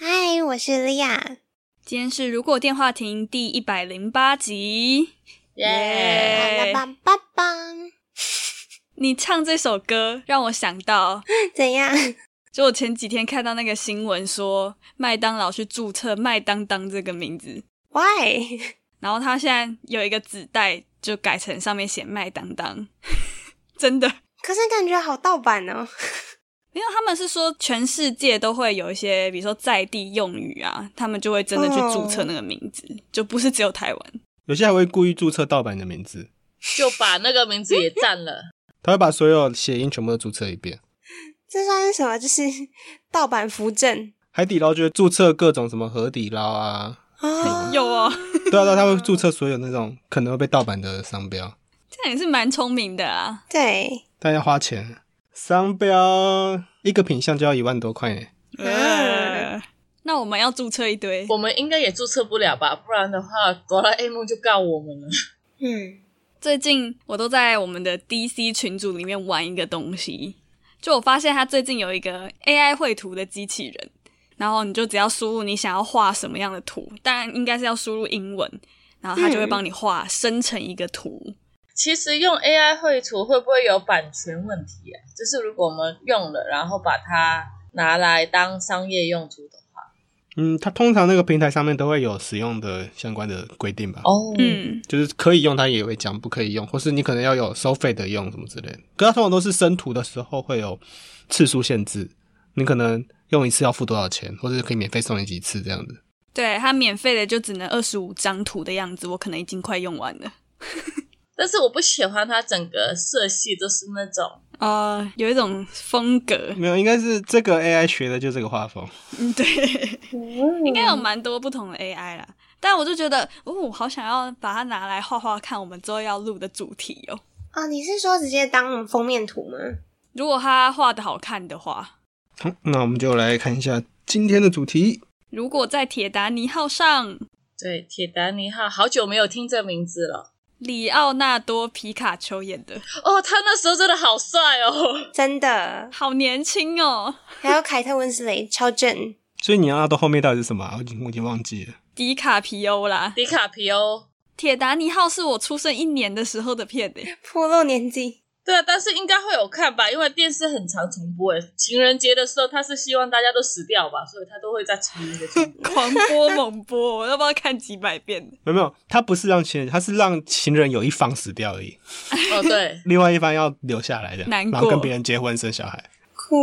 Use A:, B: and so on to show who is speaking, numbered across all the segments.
A: 嗨，我是莉亚。
B: 今天是《如果电话亭》第一百零八集。
C: 耶、
B: 耶
A: 棒棒棒！
B: 你唱这首歌让我想到，
A: 怎样？
B: 就我前几天看到那个新闻说，麦当劳去注册“麦当当”这个名字，
A: 喂，
B: 然后他现在有一个纸袋，就改成上面写“麦当当”， 真的。
A: 可是感觉好盗版哦。
B: 没有，他们是说全世界都会有一些，比如说在地用语啊，他们就会真的去注册那个名字，就不是只有台湾。
D: 有些还会故意注册盗版的名字，
C: 就把那个名字也占了。
D: 他会把所有谐音全部都注册一遍。
E: 这算是什么？就是盗版扶正
D: 海底捞就会注册各种什么河底捞啊，
E: 啊！
B: 有哦，
D: 对啊，对啊，他会注册所有那种可能会被盗版的商标，
B: 这样也是蛮聪明的啊。
E: 对，
D: 但要花钱。商标一个品相就要一万多块耶，
B: 呃，那我们要注册一堆，
C: 我们应该也注册不了吧？不然的话，哆啦 A 梦就告我们了。
E: 嗯，
B: 最近我都在我们的 DC 群组里面玩一个东西，就我发现它最近有一个 AI 绘图的机器人，然后你就只要输入你想要画什么样的图，当然应该是要输入英文，然后它就会帮你画生成一个图。
C: 其实用 AI 绘图会不会有版权问题啊？就是如果我们用了，然后把它拿来当商业用途的话，
D: 嗯，它通常那个平台上面都会有使用的相关的规定吧，
C: 哦，
B: 嗯，
D: 就是可以用它也会讲不可以用，或是你可能要有收费的用什么之类的。可它通常都是生图的时候会有次数限制，你可能用一次要付多少钱，或者可以免费送你几次这样子。
B: 对，它免费的就只能二十五张图的样子，我可能已经快用完了。
C: 但是我不喜欢它整个色系都是那种
B: 呃，有一种风格，
D: 没有，应该是这个 AI 学的就这个画风。
B: 嗯， 对，应该有蛮多不同的 AI 啦。但我就觉得，哦，好想要把它拿来画画看，我们之后要录的主题哦。
E: 哦，你是说直接当封面图吗？
B: 如果它画的好看的话，
D: 好，那我们就来看一下今天的主题。
B: 如果在铁达尼号上，
C: 对铁达尼号，好久没有听这名字了。
B: 里奥纳多·皮卡丘演的，
C: 哦，他那时候真的好帅哦！
E: 真的，
B: 好年轻哦。
E: 还有凯特温斯雷超正，
D: 所以你要拿到后面到底是什么啊、我已经我已经忘记了。
B: 迪卡皮欧啦，《
C: 迪卡皮哦欧，
B: 铁达尼号》是我出生一年的时候的片欸诶、
E: 破露年纪。
C: 对啊，但是应该会有看吧，因为电视很常重播。诶，情人节的时候，他是希望大家都死掉吧，所以他都会在重那个重播。
B: 狂 播猛播，我都不知道看几百遍。
D: 没有没有，他不是让情人，他是让情人有一方死掉而已，
C: 哦， 对，
D: 另外一方要留下来的，
B: 难过
D: 然后跟别人结婚生小孩。
E: 哭，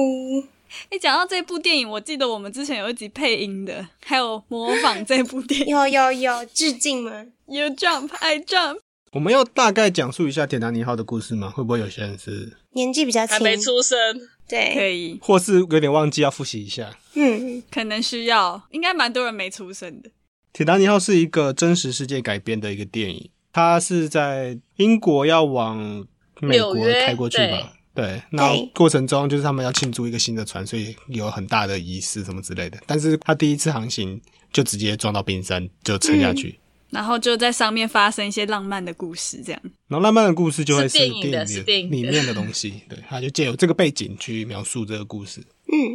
B: 哎，讲到这部电影，我记得我们之前有一集配音的，还有模仿这部电影
E: 有有有，致敬吗？
B: You Jump I Jump。
D: 我们要大概讲述一下《铁达尼号》的故事吗？会不会有些人是，
E: 年纪比较
C: 还
E: 轻，
C: 没出生。
B: 可
E: 对，
B: 以，
D: 或是有点忘记要复习一下？
E: 嗯，
B: 可能需要，应该蛮多人没出生的。
D: 《铁达尼号》是一个真实世界改编的一个电影，它是在英国要往美国
C: 纽约
D: 开过去吧？对，那过程中就是他们要庆祝一个新的船，所以有很大的仪式什么之类的。但是他第一次航行就直接撞到冰山，就沉下
C: 嗯
D: 去。
B: 然后就在上面发生一些浪漫的故事，这样。
D: 然后浪漫的故事就会
C: 是
D: 电
C: 电影的是电
D: 里
C: 影的
D: 里面的东西，对，他就借由这个背景去描述这个故事。
E: 嗯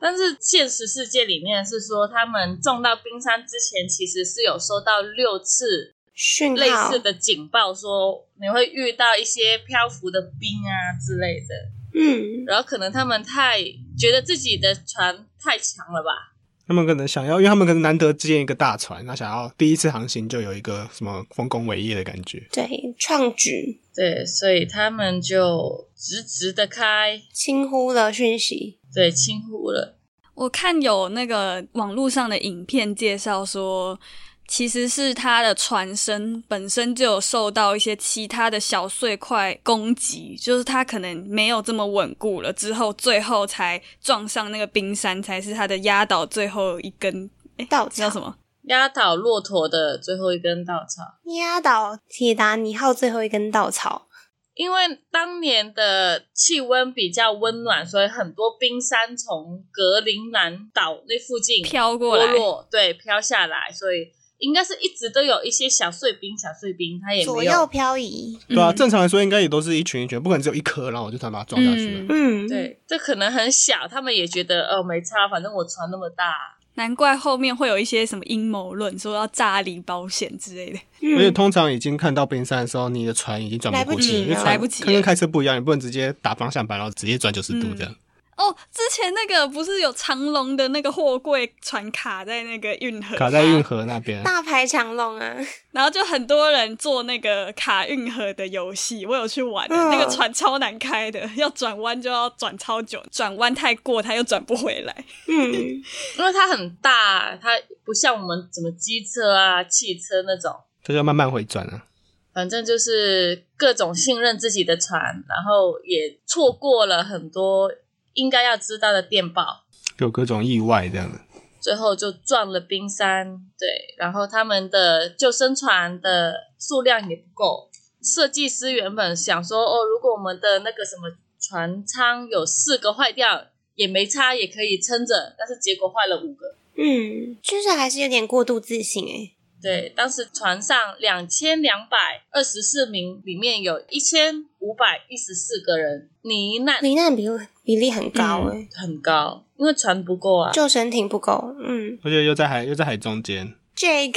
C: 但是现实世界里面是说，他们撞到冰山之前，其实是有收到六次
E: 讯
C: 类
E: 号
C: 似，的警报说你会遇到一些漂浮的冰啊之类的。
E: 嗯，
C: 然后可能他们太觉得自己的船太强了吧，
D: 他们可能想要，因为他们可能难得建一个大船，那想要第一次航行就有一个什么丰功伟业的感觉。
E: 对，创举
C: 对，所以他们就直直的开，
E: 轻忽了讯息，
C: 对，轻忽了。
B: 我看有那个网络上的影片介绍说，其实是它的船身本身就有受到一些其他的小碎块攻击，就是它可能没有这么稳固了，之后最后才撞上那个冰山，才是它的压倒最后一根
E: 稻
B: 叫
E: 草
B: 什么？
C: 压倒骆驼的最后一根稻草。
E: 压倒铁达尼号最后一根稻草，
C: 因为当年的气温比较温暖，所以很多冰山从格陵兰岛那附近
B: 飘过
C: 脱
B: 来，
C: 落，对，飘下来，所以应该是一直都有一些小碎冰、小碎冰，它也
E: 左
C: 没
E: 右嗯
C: 有
E: 漂移。
D: 对啊，
B: 嗯
D: 正常来说应该也都是一群一群，不可能只有一颗，然后我就突然把它撞下去了。
B: 嗯
E: 嗯，，
C: 对，这可能很小，他们也觉得哦没差，反正我船那么大，
B: 难怪后面会有一些什么阴谋论，说要炸离保险之类的。
D: 而且
E: 嗯，
D: 通常已经看到冰山的时候，你的船已经转不过去
E: 来不及
D: 了，因为
E: 了
D: 船
B: 来不及了
D: 它跟开车不一样，你不能直接打方向盘，然后直接转九十度这样。
B: 哦，之前那个不是有长龙的那个货柜船卡在那个运河，
D: 卡在运，河那边，
E: 大排长龙啊，
B: 然后就很多人做那个卡运河的游戏，我有去玩、
E: 嗯
B: 那个船超难开的， 要转弯就要转超久，转弯太过它又转不回来。
E: 嗯，
C: 因为它很大，它不像我们什么机车啊、汽车那种，
D: 它就要慢慢回转啊。
C: 反正就是各种信任自己的船，然后也错过了很多应该要知道的电报，
D: 有各种意外这样的。
C: 最后就撞了冰山。对，然后他们的救生船的数量也不够。设计师原本想说，哦，如果我们的那个什么船舱有四个坏掉也没差，也可以撑着，但是结果坏了五个。
E: 嗯，就是还是有点过度自信欸诶、
C: 对，当时船上两千两百二十四名，里面有一千五百一十四个人罹难，
E: 罹难比比例很高诶、
C: 很高，因为船不够啊。
E: 救生艇不够。嗯
D: 而且又在海又在海中间。
E: ，Jake，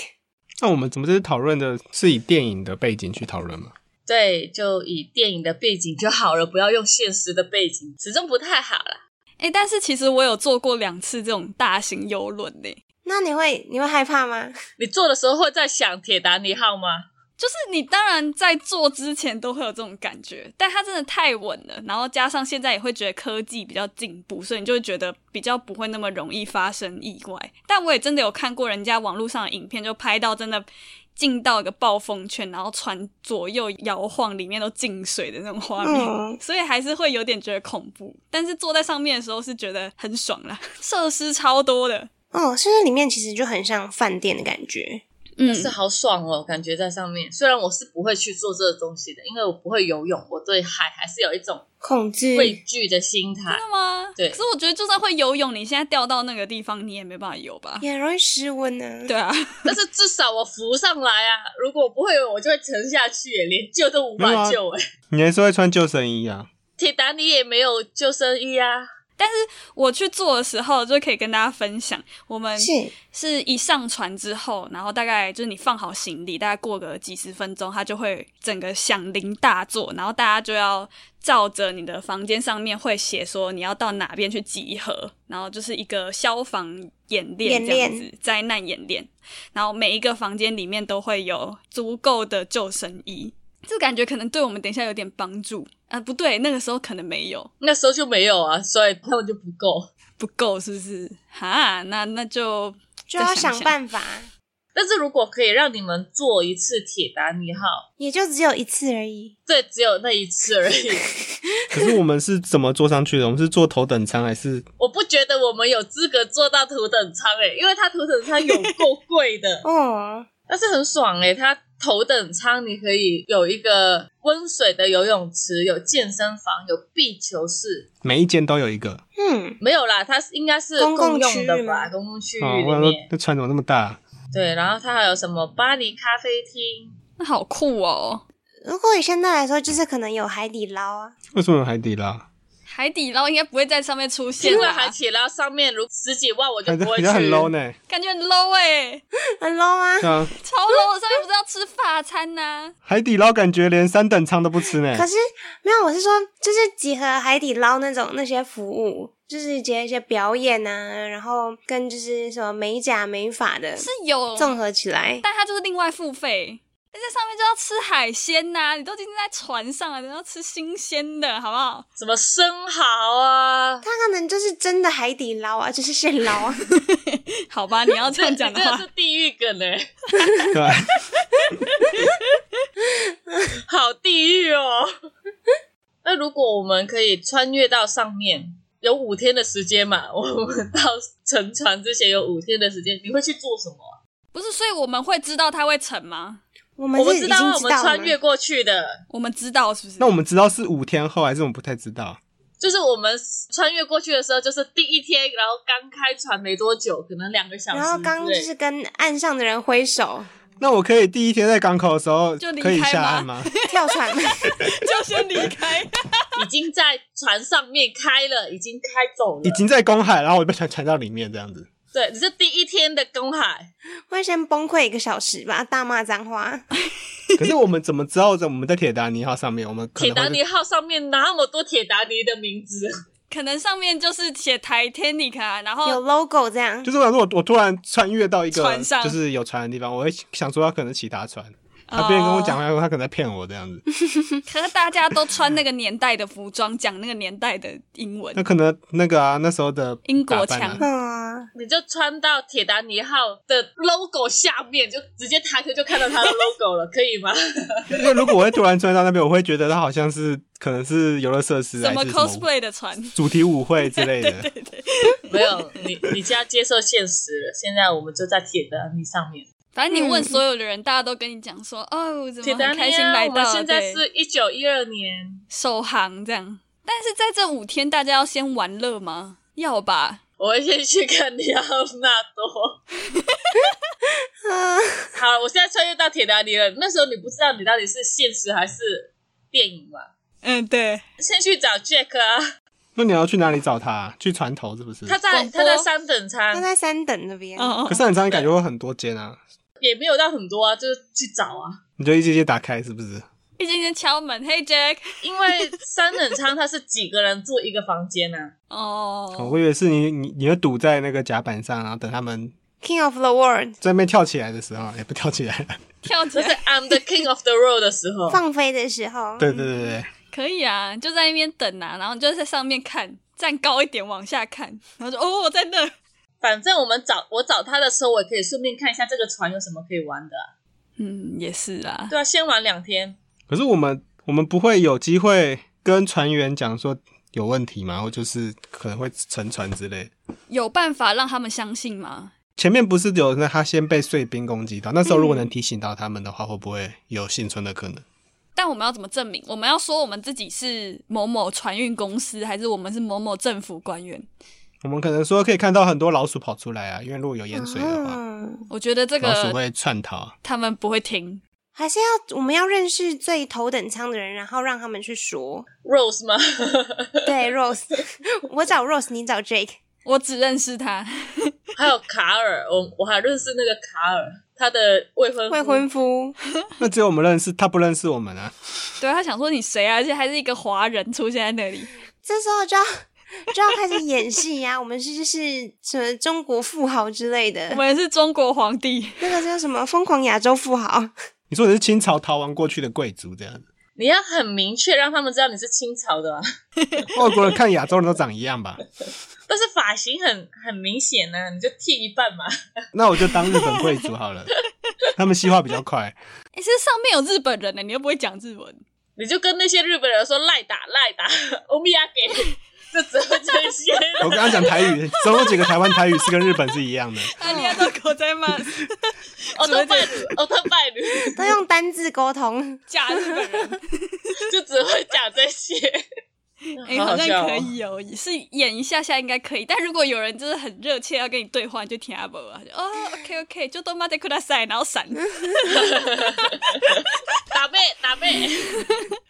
D: 那我们怎么这次讨论的是以电影的背景去讨论嘛？
C: 对，就以电影的背景就好了，不要用现实的背景，始终不太好啦。
B: 哎、但是其实我有做过两次这种大型游轮呢，
E: 那你会你会害怕吗？
C: 你做的时候会在想铁达尼号吗？
B: 就是你当然在做之前都会有这种感觉，但它真的太稳了，然后加上现在也会觉得科技比较进步，所以你就会觉得比较不会那么容易发生意外。但我也真的有看过人家网络上的影片，就拍到真的进到一个暴风圈，然后船左右摇晃，里面都进水的那种画面。
E: 嗯
B: 所以还是会有点觉得恐怖，但是坐在上面的时候是觉得很爽啦， 设施超多的，
E: 哦，是不是里面其实就很像饭店的感觉？
B: 嗯
C: 是好爽哦，感觉在上面。虽然我是不会去做这个东西的，因为我不会游泳，我对海还是有一种
E: 恐惧，
C: 畏惧的心态。
B: 真的吗？
C: 对
B: 可是我觉得就算会游泳，你现在掉到那个地方，你也没办法游吧？
E: 也容易失温呢、
B: 对啊，
C: 但是至少我浮上来啊！如果我不会游泳，我就会沉下去耶，连救都无法救哎。
D: 你还是会穿救生衣啊？
C: 铁达尼也没有救生衣啊，
B: 我去做的时候就可以跟大家分享，我们
E: 是
B: 是一上船之后，然后大概就是你放好行李，大概过个几十分钟，它就会整个响铃大作，然后大家就要照着你的房间上面会写说你要到哪边去集合，然后就是一个消防演练
E: 演
B: 这
E: 练
B: 样子，灾难演练，然后每一个房间里面都会有足够的救生衣，这感觉可能对我们等一下有点帮助啊、不对，那个时候可能没有。
C: 那时候就没有啊，所以他们就不够。
B: 不够是不是？哈，那那就
E: 就要
B: 想
E: 想办法，
C: 但是如果可以让你们做一次铁达尼号，
E: 也就只有一次而已。，
C: 这只有那一次而已。
D: 可是我们是怎么坐上去的？我们是坐头等舱还是？
C: 我不觉得我们有资格坐到头等舱诶、因为它头等舱有够贵的
E: 哦，
C: 但是很爽诶、它头等舱你可以有一个温水的游泳池，有健身房，有壁球室，
D: 每一间都有一个？
E: 嗯，
C: 没有啦，它是应该是
E: 公共
C: 用的
E: 区域
C: 吧，
E: 吗
C: 公共区域
D: 哦，我
C: 里
D: 想说
C: 面。
D: 这船怎么那么大？
C: 对，然后它还有什么巴黎咖啡厅，
B: 那好酷哦！
E: 如果以现在来说，就是可能有海底捞啊，
D: 为什么有海底捞？
B: 海底捞应该不会在上面出现
E: 啊
C: 因为
B: 啦
C: 海底捞上面如十几万 我就
D: 感
C: 不
D: 觉
C: 会
D: 感
C: 去。
D: 觉很 low 呢。
B: 感觉很 low 哎、
E: 很 low 啊，
D: 对啊，
B: 超 low！上面不是要吃法餐呐、
D: 海底捞感觉连三等舱都不吃 呢。
E: 可是没有，我是说，就是集合海底捞那种那些服务，就是结合一些表演啊，然后跟就是什么美甲美发的哦
B: 是有，
E: 综合起来，
B: 但它就是另外付费。而且上面就要吃海鲜呐、你都已经在船上了，你要吃新鲜的，好不好？
C: 什么生蚝 啊，
E: 它可能就是真的海底捞啊，就是现捞啊。
B: 好 吧，你要这样讲
C: 你
B: 的
C: 真
B: 话
C: 的是，地狱梗哎、
D: 对，
C: 好地狱哦。 那如果我们可以穿越到上面，有五天的时间嘛， 我们到沉船之前有五天的时间，你会去做什么啊？
B: 不是，所以我们会知道它会沉吗？
E: 我们
C: 我
E: 是
C: 们
E: 已经道
C: 知道
E: 了
C: 啊我们穿越过去的，
B: 我们知道是不是？
D: 那我们知道是五天后还是我们不太知道？
C: 就是我们穿越过去的时候，就是第一天，然后刚开船没多久，可能两个小时之
E: 然
C: 类，
E: 后刚刚就是跟岸上的人挥手
D: 那我可以第一天在港口的时候
B: 就离
D: 可以
B: 开
D: 下
B: 吗
D: 岸吗？
E: 跳船，
B: 就先离开。
C: 已经在船上面开了，已经开走
D: 已
C: 了。
D: 经在公海，然后我被船传到里面这样子。
C: 对，你是第一天的公海，
E: 会先崩溃一个小时吧，大骂脏话。
D: 可是我们怎么知道在我们在铁达尼号上面？我们可
C: 铁
D: 能
C: 达
D: 会
C: 尼号上面那么多铁达尼的名字，
B: 可能上面就是写 Titanic 啊，
C: 哦
B: 然
E: 有
B: 后
E: logo 这样
D: 就，是我想说我我突然穿越到一个
B: 船上
D: 就是有船的地方，我会想说他可能其他船，他啊别人跟我讲
B: 哦，
D: 话他可能在骗我这样子。
B: 可是大家都穿那个年代的服装，讲那个年代的英文
D: 那，可能那个啊，那时候的
B: 英国
D: 打扮啊
B: 腔
E: 嗯，
C: 你就穿到铁达尼号的 logo 下面，就直接抬头就看到它的 logo 了，可以吗？
D: 因为如果我会突然穿到那边，我会觉得它好像是可能是游乐设施，
B: 什么
D: 还是
B: cosplay 的船，
D: 主题舞会之 类的。
C: 没有，你你就要接受现实了。现在我们就在铁达尼上面，
B: 反正你问所有的人，大家都跟你讲说，哦，怎
C: 铁
B: 么
C: 达
B: 很
C: 尼啊
B: 开心来
C: 我们
B: 到，
C: 现在
B: 对
C: 是一九一二年，
B: 首航这样。但是在这五天，大家要先玩乐吗？要吧，
C: 我会先去看里奥纳 多。好，我现在穿越到铁达尼了。那时候你不知道你到底是现实还是电影嘛？
B: 嗯，对，
C: 先去找 Jack 啊，
D: 那你要去哪里找他、去船头是不是？
C: 他在
B: 广播
C: 他在三等
E: 嗯他
C: 舱，
E: 在三等那边，
B: 哦，
D: 可是很长，你感觉会很多间啊，
C: 也没有到很多啊，就是去找啊。
D: 你就一间一间打开是不是？
B: 一进先敲门，Hey Jack，
C: 因为三等舱它是几个人住一个房 间啊，
D: 哦
B: 哦，
D: 我以为是你你你会堵在那个甲板上，然后等他们
E: King of the World
D: 在那边跳起来的时候，哎也不跳起来。
B: 跳起
C: 就是
B: 来
C: I'm the King of the Road 的时候，
E: 放飞的时
B: 哦
E: 候，
D: 对对对对，
B: 可以啊，就在那边等啊，然后你就在上面看，站高一点往下看，然后就哦，我在那，
C: 反正我们找我找他的时候，我也可以顺便看一下这个船有什么可以玩的、啊。
B: 嗯，也是啦，
C: 对啊，先玩两天，
D: 可是我们我们不会有机会跟船员讲说有问题嘛，或就是可能会沉船之类的。
B: 有办法让他们相信吗？
D: 前面不是有那他先被碎冰攻击到，那时候如果能提醒到他们的话，会不会有幸存的可能？
B: 但我们要怎么证明？我们要说我们自己是某某船运公司，还是我们是某某政府官员？
D: 我们可能说可以看到很多老鼠跑出来啊，因为如果有盐水的话，
E: 嗯，
B: 我觉得啊这
D: 老鼠
B: 个
D: 会窜逃。
B: 他们不会听，
E: 还是要我们要认识最头等舱的人，然后让他们去说。
C: Rose 吗？
E: 对，Rose，我 找 Rose，你找 Jake。
B: 我只认识他。
C: 还有卡尔，我我还认识那个卡尔，他的未婚夫
E: 未婚夫，
D: 那只有我们认识，他不认识我们啊。
B: 对他想说你谁啊？而且还是一个华人出现在那里，
E: 这时候就要就要开始演戏呀、我们是就是什么中国富豪之类
B: 我
E: 的，
B: 们是中国皇帝，
E: 那个叫什么疯狂亚洲富豪，
D: 你说你是清朝逃亡过去的贵族这样 子，
C: 你要很明确让他们知道你是清朝的、啊，
D: 外国人看亚洲人都长一样吧？
C: 但是发型很很明显呢、你就剃一半嘛。
D: 那我就当日本贵族好了， 他们西化比较快。
B: 诶，是上面有日本人呢、你又不会讲日文，
C: 你就跟那些日本人说赖打赖打， 欧米亚给，就只有这 些。
D: 我刚刚讲台语，总有几个台湾台语是跟日本是一样的。
B: 阿利亚多口在骂
C: 奥特曼，奥特曼，
E: 都用单字沟通。
B: 假日本人，
C: 就只会讲这些。
B: 诶，
C: 好
B: 好
C: 好
B: 像
C: 笑哦
B: 可以哦，也是演一下下应该可以。但如果有人就是很热切要跟你对话，你就听阿伯啊，就哦，OK OK，就都骂在库大赛，然后闪，
C: 打背打背，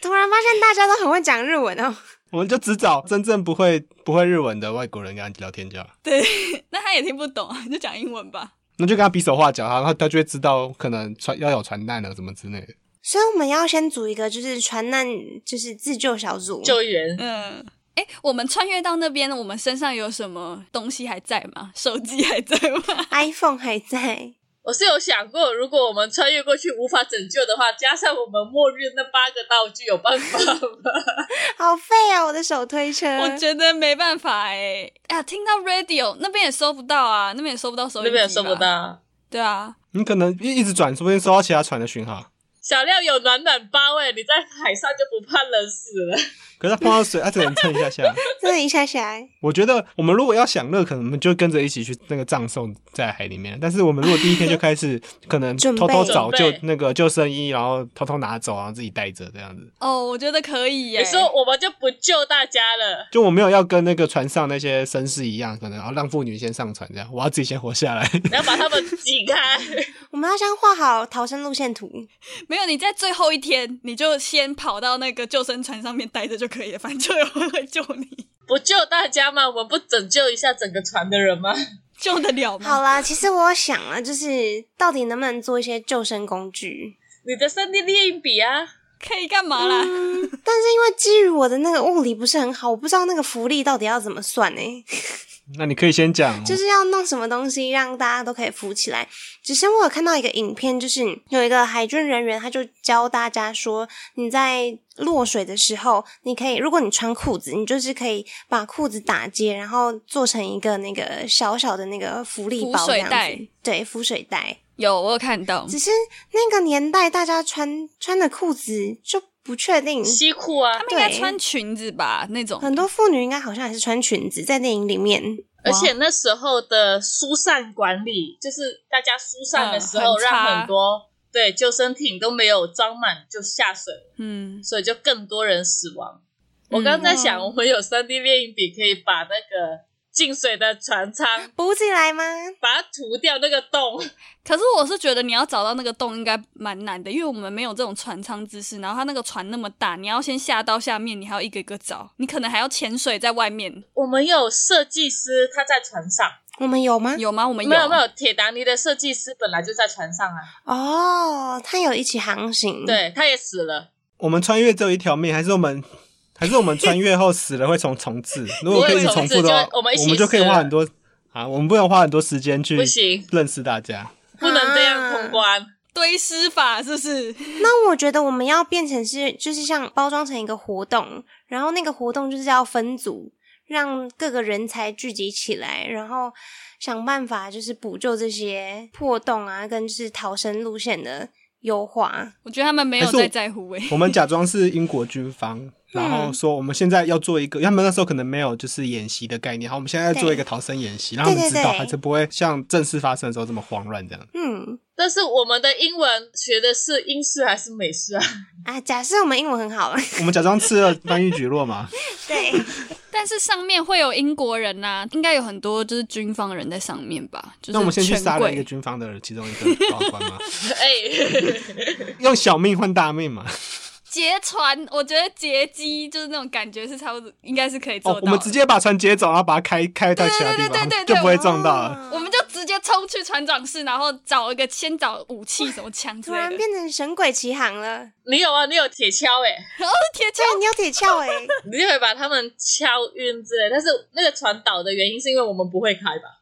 E: 突然发现大家都很会讲日文哦，
D: 我们就只找真正不会不会日文的外国人跟他聊天就好，
B: 对，那他也听不懂啊，就讲英文吧。
D: 那就跟他比手画脚，然后他就会知道可能传要有传难了什么之类的。
E: 所以我们要先组一个就是船难就是自救小组，
C: 救援
B: 嗯，诶，我们穿越到那边，我们身上有什么东西还在吗？手机还在吗？
E: iPhone 还在，
C: 我是有想过，如果我们穿越过去无法拯救的话，加上我们末日那八个道具，有办 法吗？
E: 好废啊！我的手推车，
B: 我觉得没办法哎、哎呀，听到 radio 那边也收不到啊，那边也收不到收音
C: 那边也
B: 机
C: 收不
B: 吧。
C: 到。
B: 对啊，
D: 你嗯可能一一直转，说不定收到其他船的讯号。
C: 小廖有暖暖包哎、你在海上就不怕冷 死了。
D: 可是他碰到水，他只能蹭一下下。
E: 真的一下下来，
D: 我觉得我们如果要享乐，可能我们就跟着一起去那个葬送在海里面。但是我们如果第一天就开始，可能
E: 准备
D: 偷偷找救
C: 准备
D: 那个救生衣，然后偷偷拿走，然后自己带着这样子。
B: 哦，我觉得可以耶、
C: 你说我们就不救大家了，
D: 就我没有要跟那个船上那些绅士一样，可能哦要让妇女先上船这样，我要自己先活下来。
C: 你要把他们挤开。
E: 我们要先画好逃生路线图。
B: 没有，你在最后一天你就先跑到那个救生船上面待着就可以了，反正就有人会救你，
C: 不救大家吗？我们不拯救一下整个船的人吗？
B: 救得了吗？
E: 好啦，其实我想了，就是到底能不能做一些救生工具？
C: 你的三 D 猎鹰笔啊，
B: 可以干嘛啦？
E: 嗯但是因为基于我的那个物理不是很好，我不知道那个浮力到底要怎么算欸呢、
D: 那你可以先讲，
E: 就是要弄什么东西让大家都可以浮起来。只是我有看到一个影片，就是有一个海军人员，他就教大家说，你在落水的时候，你可以，如果你穿裤子，你就是可以把裤子打结，然后做成一个那个小小的那个浮力包
B: 浮水
E: 这样子
B: 带
E: 对，浮水带。
B: 有，我有看到，
E: 只是那个年代，大家穿穿的裤子就不确
B: 嗯
E: 定。
C: 西裤啊
B: 他，们应该
E: 对
B: 穿裙子吧？那种
E: 很多妇女应该好像还是穿裙子，在电影里面，
C: 而且那时候的疏散管理，就是大家疏散的时
B: 嗯
C: 候，
B: 很差
C: 让很多对救生艇都没有装满就下水了，
B: 嗯，
C: 所以就更多人死亡。我
B: 嗯
C: 刚刚在想，
E: 哇
C: 我们有三 D 猎鹰笔可以把那个进水的船舱
E: 补起来吗？
C: 把它涂掉那个洞，
B: 可是我是觉得你要找到那个洞应该蛮难的，因为我们没有这种船舱姿势，然后它那个船那么大，你要先下到下面，你还要一个一个找，你可能还要潜水在外面，
C: 我们有设计师，他在船上，
E: 我们有吗？
B: 有吗？我们
C: 没有没有，铁达尼的设计师本来就在船上啊，
E: 哦，他有一起航
B: 嗯
E: 行，，
C: 对，他也死了。
D: 我们穿越只有一条命，还是我们还是我们穿越后死了会重重 置？如果可以重复的话
C: 不会重置，就我们一起
D: 我们就可以
C: 死了
D: 花很多啊，我们不能花很多时间
B: 嗯
D: 去
C: 不行
D: 认识 大家。
C: 不能这样通关，
B: 堆尸法是不是？
E: 那我觉得我们要变成是，就是像包装成一个活动，然后那个活动就是要分组，让各个人才聚集起来，然后想办法就是补救这些破洞啊，跟就是逃生路线的优化。
B: 我觉得他们没有
D: 还是我
B: 在在乎诶、欸
D: 我们假装是英国军方，然后说我们现在要做一个，因为他们那时候可能没有就是演习的概念，好，我们现在要做一个逃生演习，让他们知
E: 对对
D: 道，
E: 对
D: 还是不会像正式发生的时候这么慌乱这样。
E: 嗯
C: 但是我们的英文学的是英式还是美式啊？
E: 啊，假设我们英文很好，啊
D: 我们假装吃了翻译局落嘛，
E: 对，
B: 但是上面会有英国人呐、应该有很多就是军方人在上面吧？就是
D: 那我们先去
B: 权
D: 杀了
B: 贵
D: 一个军方的其中一个高官嘛，
C: 哎，
D: 用小命换大命嘛。
B: 劫船，我觉得劫机就是那种感觉是差不多，应该是可以 做
D: 哦
B: 到，的、
D: 我们直接把船接走，然后把它开开到其他地
B: 对对对
D: 方
B: 对，对哦
D: 就不会撞到了。
B: 我们就直接冲去船长室，然后找一个先找武器，什么枪之
E: 突
B: 类
E: 然
B: 的。
E: 变成神鬼奇航了。
C: 你有啊？你有铁锹哎、
B: 然后铁
E: 对
B: 枪，，
E: 你有铁锹哎、
C: 你就可以把他们敲晕之类。但是那个船倒的原因是因为我们不会开吧？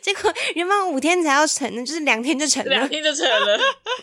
E: 结果原本五天才要成的，就是两天就
B: 嗯
E: 成
C: 两
E: 了。
C: 天就扯了，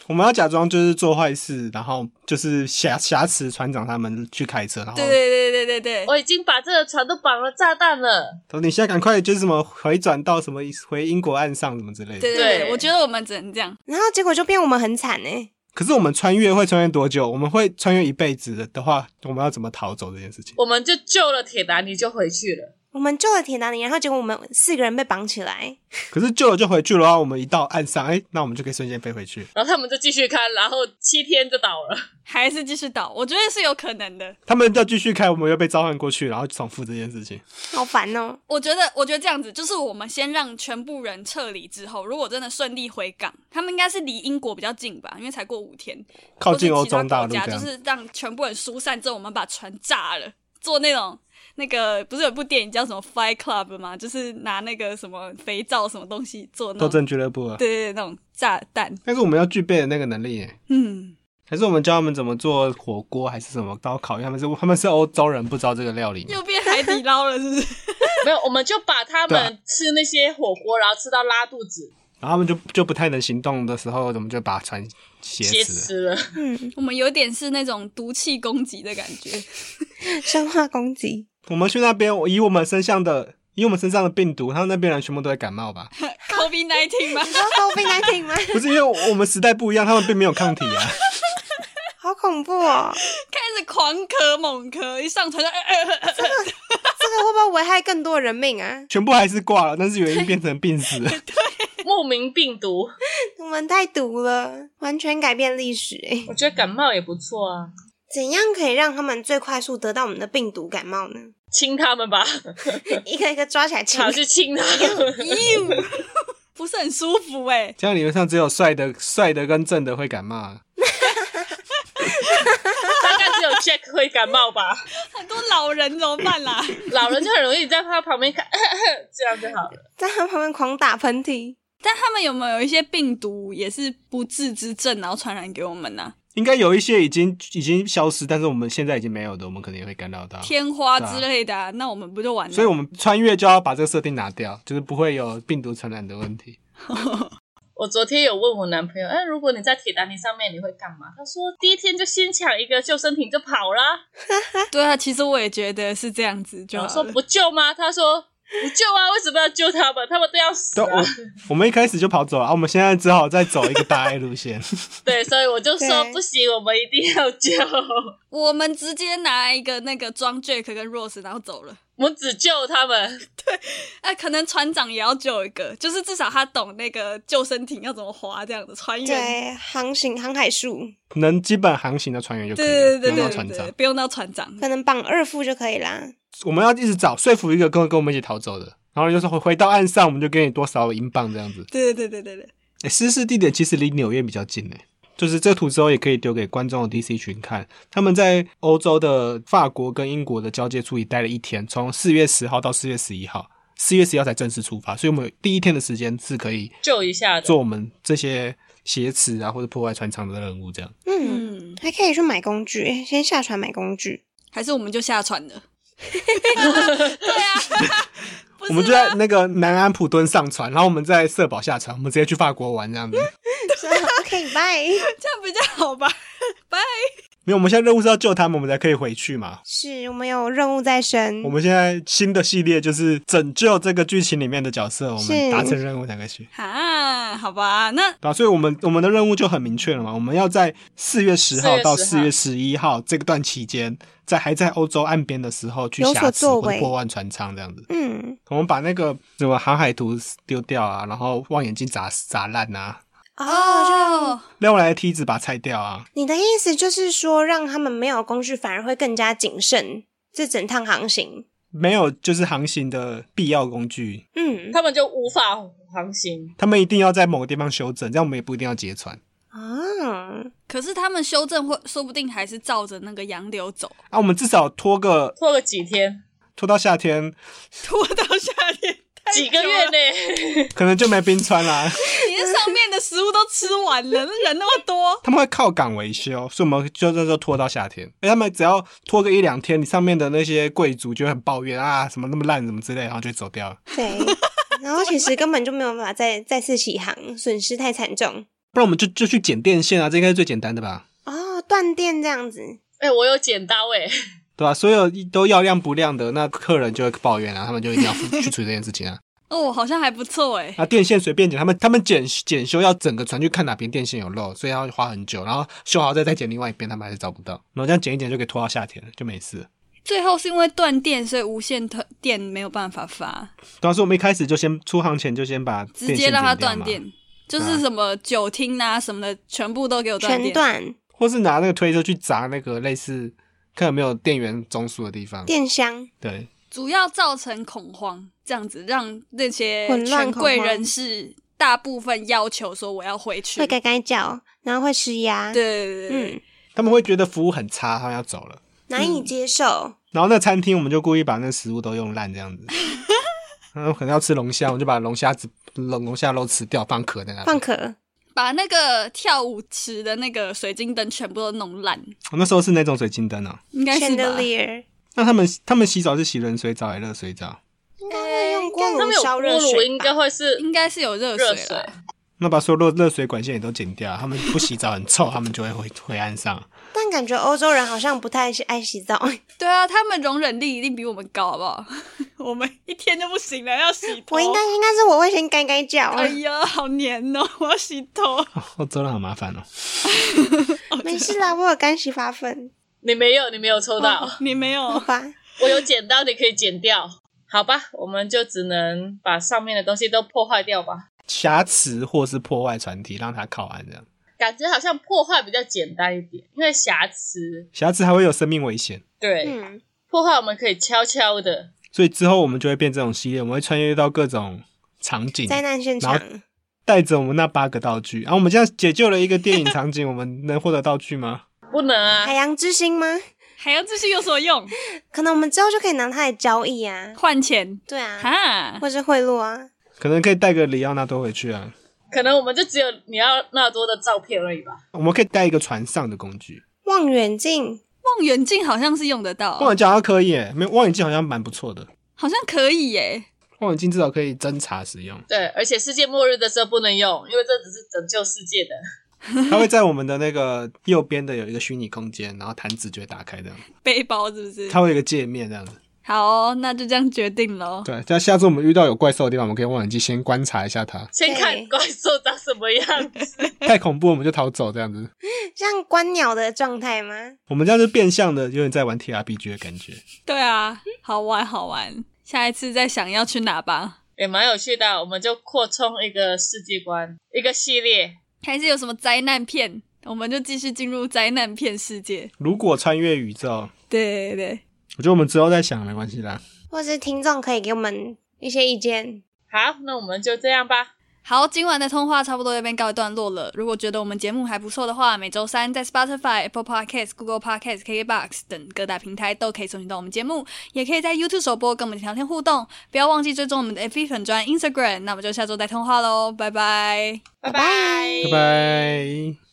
D: 我们要假装就是做坏事，然后就是挟挟持船长他们去开车，然后
B: 对对对对对对，
C: 我已经把这个船都绑了炸弹了。
D: 说你现在赶快就是什么回转到什么回英国岸上什么之类的。
B: 对对对，
C: 对
B: 我觉得我们只能这样。
E: 然后结果就变我们很惨哎、
D: 可是我们穿越会穿越多久？我们会穿越一辈子的的话，我们要怎么逃走这件事情？
C: 我们就救了铁达尼，就回去了。
E: 我们救了铁达尼，然后结果我们四个人被绑起来，
D: 可是救了就回去了，然后啊我们一到岸上，哎、那我们就可以瞬间飞回去。
C: 然后他们就继续开，然后七天就倒 了。
B: 还是继续倒，我觉得是有可能的。
D: 他们要继续开，我们又被召唤过去，然后重复这件事情。
E: 好烦哦、
B: 我觉得，我觉得这样子就是我们先让全部人撤离之后，如果真的顺利回港，他们应该是离英国比较近吧，因为才过五天，
D: 靠近
B: 或
D: 欧
B: 是其他
D: 洲大
B: 国
D: 陆
B: 家
D: 这
B: 就
D: 样，
B: 是让全部人疏散之后，我们把船炸了，做那种那个不是有部电影叫什么《Fly Club》吗？就是拿那个什么肥皂什么东西做那
D: 斗
B: 种，
D: 争俱乐部了。
B: 对对对，那种炸弹，
D: 啊但是我们要具备的那个能力耶，
B: 嗯，
D: 还是我们教他们怎么做火锅，还是什么？到考验他们是他们是欧洲人，不知道这个料理。
B: 又变海底捞了，是不是？
C: 没有，我们就把他
D: 对啊
C: 们吃那些火锅，然后吃到拉肚子，
D: 然后他们就就不太能行动的时候，我们就把船挟
C: 写
D: 持了。
C: 死了，
E: 嗯，
B: 我们有点是那种毒气攻击的感觉，
E: 生化攻击，
D: 我们去那边，以我们身上的以我们身上的病毒，他们那边人全部都会感冒吧？
B: COVID nineteen 吗？
E: 你说 COVID 1 9吗？
D: 不是因为我们时代不一样，他们并没有抗体 啊。
E: 好恐怖哦！
B: 开始狂咳猛咳，一上船就、呃呃呃呃
E: 这个会不会危害更多人命啊？
D: 全部还是挂了，但是有人变成 病死了。
C: 莫名病毒，
E: 我们太毒了，完全改变历史诶。
C: 我觉得感冒也不错啊，
E: 怎样可以让他们最快速得到我们的病毒感冒 呢？
C: 亲他们吧，
E: 一个一个抓起来亲
C: 好。去亲他们。
B: 呦，不是很舒服哎、
D: 这样理论上只有帅的、帅的跟正的会感冒啊。
C: 大概只有 Jack 会感冒吧，
B: 很多老人怎么办啊啦？
C: 老人就很容易在他旁边看， 这样就好了。
E: 在他旁边狂打喷嚏，
B: 但 他们有没有一些病毒也是不治之症，然后传染给我们啊呢、
D: 应该有一些已经已经消失，但是我们现在已经没有的，我们可能也会感染到。
B: 天花之类的、啊，那啊我们不就完了？
D: 所以，我们穿越就要把这个设定拿掉，就是不会有病毒传染的问题。
C: 我昨天有问我男朋友，哎、如果你在铁达尼上面，你会干嘛？他说第一天就先抢一个救生艇就跑啦。
B: 对啊，其实我也觉得是这样子就
C: 我
B: 好
C: 说
B: 了
C: 不救吗？他说不救啊，为什么要救他们？他们都要死
D: 对，
C: 啊
D: 我。我们一开始就跑走了，啊我们现在只好再走一个大爱路线。
C: 对，所以我就说
E: 对
C: 不行，我们一定要救。
B: 我们直接拿一个那个装 Jack 跟 Rose，然后走了。
C: 我们只救他们，
B: 哎、可能船长也要救一个，就是至少他懂那个救生艇要怎么划，这样子
E: 嗯
B: 船员。
E: 对，航行航海术
D: 能基本航行的船员就可以
B: 对对对
D: 了，不用
B: 对
D: 到船
B: 对
D: 长
B: 对，。不用到船长。
E: 可能绑二副就可以啦。
D: 我们要一直找说服一个跟跟我们一起逃走的，然后就是回回到岸上，我们就给你多少英镑这样子。
B: 对对对对对对，
D: 欸，失事地点其实离纽约比较近诶、就是这图之后也可以丢给观众的 DC 群看。他们在欧洲的法国跟英国的交界处也待了一天，从四月十号到四月十一号，四月十一号才正式出发，所以我们有第一天的时间是可以
C: 救一下的。
D: 做我们这些挟持啊或者破坏船厂的任务这样。
E: 嗯，
B: 嗯，
E: 还可以去买工具，先下船买工 具。
B: 还是我们就下船了。 对啊，不
D: 我们
B: 是
D: 就在那个南安普敦上船，然后我们在社保下船，我们直接去法国玩这样子。
E: 是啊 OK，拜。
B: 这样比较好吧？拜。
D: 没有，我们现在任务是要救他们，我们才可以回去嘛。
E: 是我们有任务在身
D: 我，们现在新的系列就是拯救这个剧情里面的角色，我
E: 是
D: 们达成任务才可以去。
B: 啊，好吧，那
D: 对啊，所以我们我们的任务就很明确了嘛，我们要在四月十号
C: 4
D: 到四
C: 月
D: 月十一号这个段期间，在还在欧洲岸边的时候去
E: 有所
D: 挟持
E: 作
D: 或者
E: 为
D: 破万船舱这样子。
E: 嗯，
D: 我们把那个什么航海图丢掉啊，然后望远镜砸砸烂啊，
E: 哦，让
B: 哦，
D: 撂来的梯子把它拆掉啊。
E: 你的意思就是说，让他们没有工具，反而会更加谨慎，这整趟航行。
D: 没有，就是航行的必要工具，
E: 嗯，
C: 他们就无法航行，
D: 他们一定要在某个地方修正，这样我们也不一定要劫船
E: 啊，
B: 可是他们修正会，说不定还是照着那个洋流走，
D: 啊。我们至少拖个
C: 拖了几天，
D: 拖到夏天，
B: 拖到夏天，
C: 几个月内，
D: 可能就没冰川啦。
B: 你这上面的食物都吃完了，那人那么多，
D: 他们会靠港维修，所以我们就这就拖到夏天。哎，他们只要拖个一两天，你上面的那些贵族就会很抱怨啊，什么那么烂，什么之类，然后就走掉了。
E: 对。然后其实根本就没有办法再再次起航，损失太惨重
D: 不然我们就就去剪电线啊，这应该是最简单的吧？
E: 哦，断电这样子。
C: 哎、我有剪刀哎、
D: 对吧、所有都要亮不亮的，那客人就会抱怨啊，他们就一定要去处理这件事情啊。
B: 哦，好像还不错哎，
D: 啊，电线随便剪，他们他们检检修要整个船去看哪边电线有漏，所以要花很久，然后修好再再剪另外一边，他们还是找不到。然后这样剪一剪就可以拖到夏天了，就没事了。
B: 最后是因为断电，所以无线特电没有办法发，
D: 对啊，所以我们一开始就先出航前就先把
B: 直
D: 电
B: 接
D: 线
B: 让它
D: 剪掉
B: 断
D: 嘛
B: 电，就是什么酒厅啊什么的，全部都给我断
E: 全
B: 电。
E: 断
D: 或是拿那个推车去砸那个类似看有没有电源中枢的地方。
E: 电箱，
D: 对，
B: 主要造成恐慌，这样子让那些
E: 混乱
B: 权贵
E: 恐慌
B: 人士大部分要求说我要回去，
E: 会
B: 对
E: 嘎嘎叫，然后会吃牙，，
B: 对对对，
E: 嗯，
D: 他们会觉得服务很差，他们要走了。
E: 难以接
B: 嗯
E: 受。
D: 然后那餐厅我们就故意把那食物都用烂这 样子。然后可能要吃龙虾，我就把龙虾子龙龙虾肉吃掉，放壳在那边。
E: 放壳，
B: 把那个跳舞池的那个水晶灯全部都弄烂，
D: 我那时候是那种水晶灯啊。
B: 应该是吧？
E: chandelier，
D: 那他们他们洗澡是洗冷水澡还是热水澡？
E: 哎应该会用锅
C: 他
E: 炉
C: 们有
E: 烧
C: 锅
E: 热
C: 炉，
E: 水
C: 应该
E: 吧？
C: 会是
B: 应该是有热水
C: 热
B: 啊
C: 水
B: 啦。
D: 那把所有热热水管线也都剪掉，他们不洗澡很臭，他们就会回回岸上。
E: 但感觉欧洲人好像不太是爱洗澡，
B: 对啊，他们容忍力一定比我们高，好不好？ 我们一天就不行了，要洗 头。
E: 我应该应该是我会先该该叫，
B: 哎呀，好黏哦！我要洗头。
D: 哦，真的好麻烦哦。
E: 没事啦，我有干洗发粉，
C: 你没有，你没有抽到，
D: 哦
B: 你没
E: 好
B: 有，
E: 吧？
C: 我有剪刀，你可以剪掉。好吧，我们就只能把上面的东西都破坏掉吧。
D: 瑕疵或是破坏船体，让它靠岸这样。
C: 感觉好像破坏比较简单一点，因为瑕疵。
D: 瑕疵还会有生命危险，
C: 对，
E: 嗯，
C: 破坏我们可以悄悄的，
D: 所以之后我们就会变这种系列，我们会穿越到各种场景，
E: 灾难现
D: 然
E: 场
D: 后带着我们那八个道具。啊然、后我们这样解救了一个电影场景，我们能获得道具吗？
C: 不能
E: 海
C: 啊，
E: 洋之心吗？
B: 海洋之心有所用，
E: 可能我们之后就可以拿它来交易啊，
B: 换钱
E: 对啊，
B: 哈。
E: 或是贿赂啊，
D: 可能可以带个里奥纳多回去啊。
C: 可能我们就只有你要纳多的照片而已吧。。
D: 我们可以带一个船上的工具，
E: 望远镜，
B: 望远镜好像是用得到，
D: 望远镜好像可以耶，没有望远镜好像蛮不错的，
B: 好像可以耶。
D: 望远镜至少可以侦查使用
C: 对，而且世界末日的时候不能用，因为这只是拯救世界的。
D: 它会在我们的那个右边的有一个虚拟空间，然后弹指就会打开这样，
B: 背包是不是？
D: 它会有一个界面这样子。
B: 好哦，那就这样决定喽。
D: 对，这样下次我们遇到有怪兽的地方，我们可以用望远镜先观察一下它，
C: 先看
E: 对
C: 怪兽长什么样 子，
D: 太恐怖我们就逃走这样子。
E: 像观鸟的状态吗？
D: 我们这样是变相的，有点在玩 T R P G 的感觉。
B: 对啊，好玩好玩，下一次再想要去哪吧。
C: 也蛮有趣的。我们就扩充一个世界观，一个系列。
B: 还是有什么灾难片，我们就继续进入灾难片世界。
D: 如果穿越宇宙，
B: 对对对，
D: 我觉得我们之后再想没关系啦。
E: 或是听众可以给我们一些意见，
C: 好，那我们就这样吧。
B: 好，今晚的通话差不多这边告一段落了。如果觉得我们节目还不错的话，每周三在 Spotify、Apple Podcasts、Google Podcasts、KKBox 等各大平台都可以搜寻到我们节目，也可以在 YouTube 首播跟我们聊天互动。不要忘记追踪我们的 FB 粉专 Instagram。那我们就下周再通话喽，拜拜。
C: 拜
E: 拜
D: 拜拜。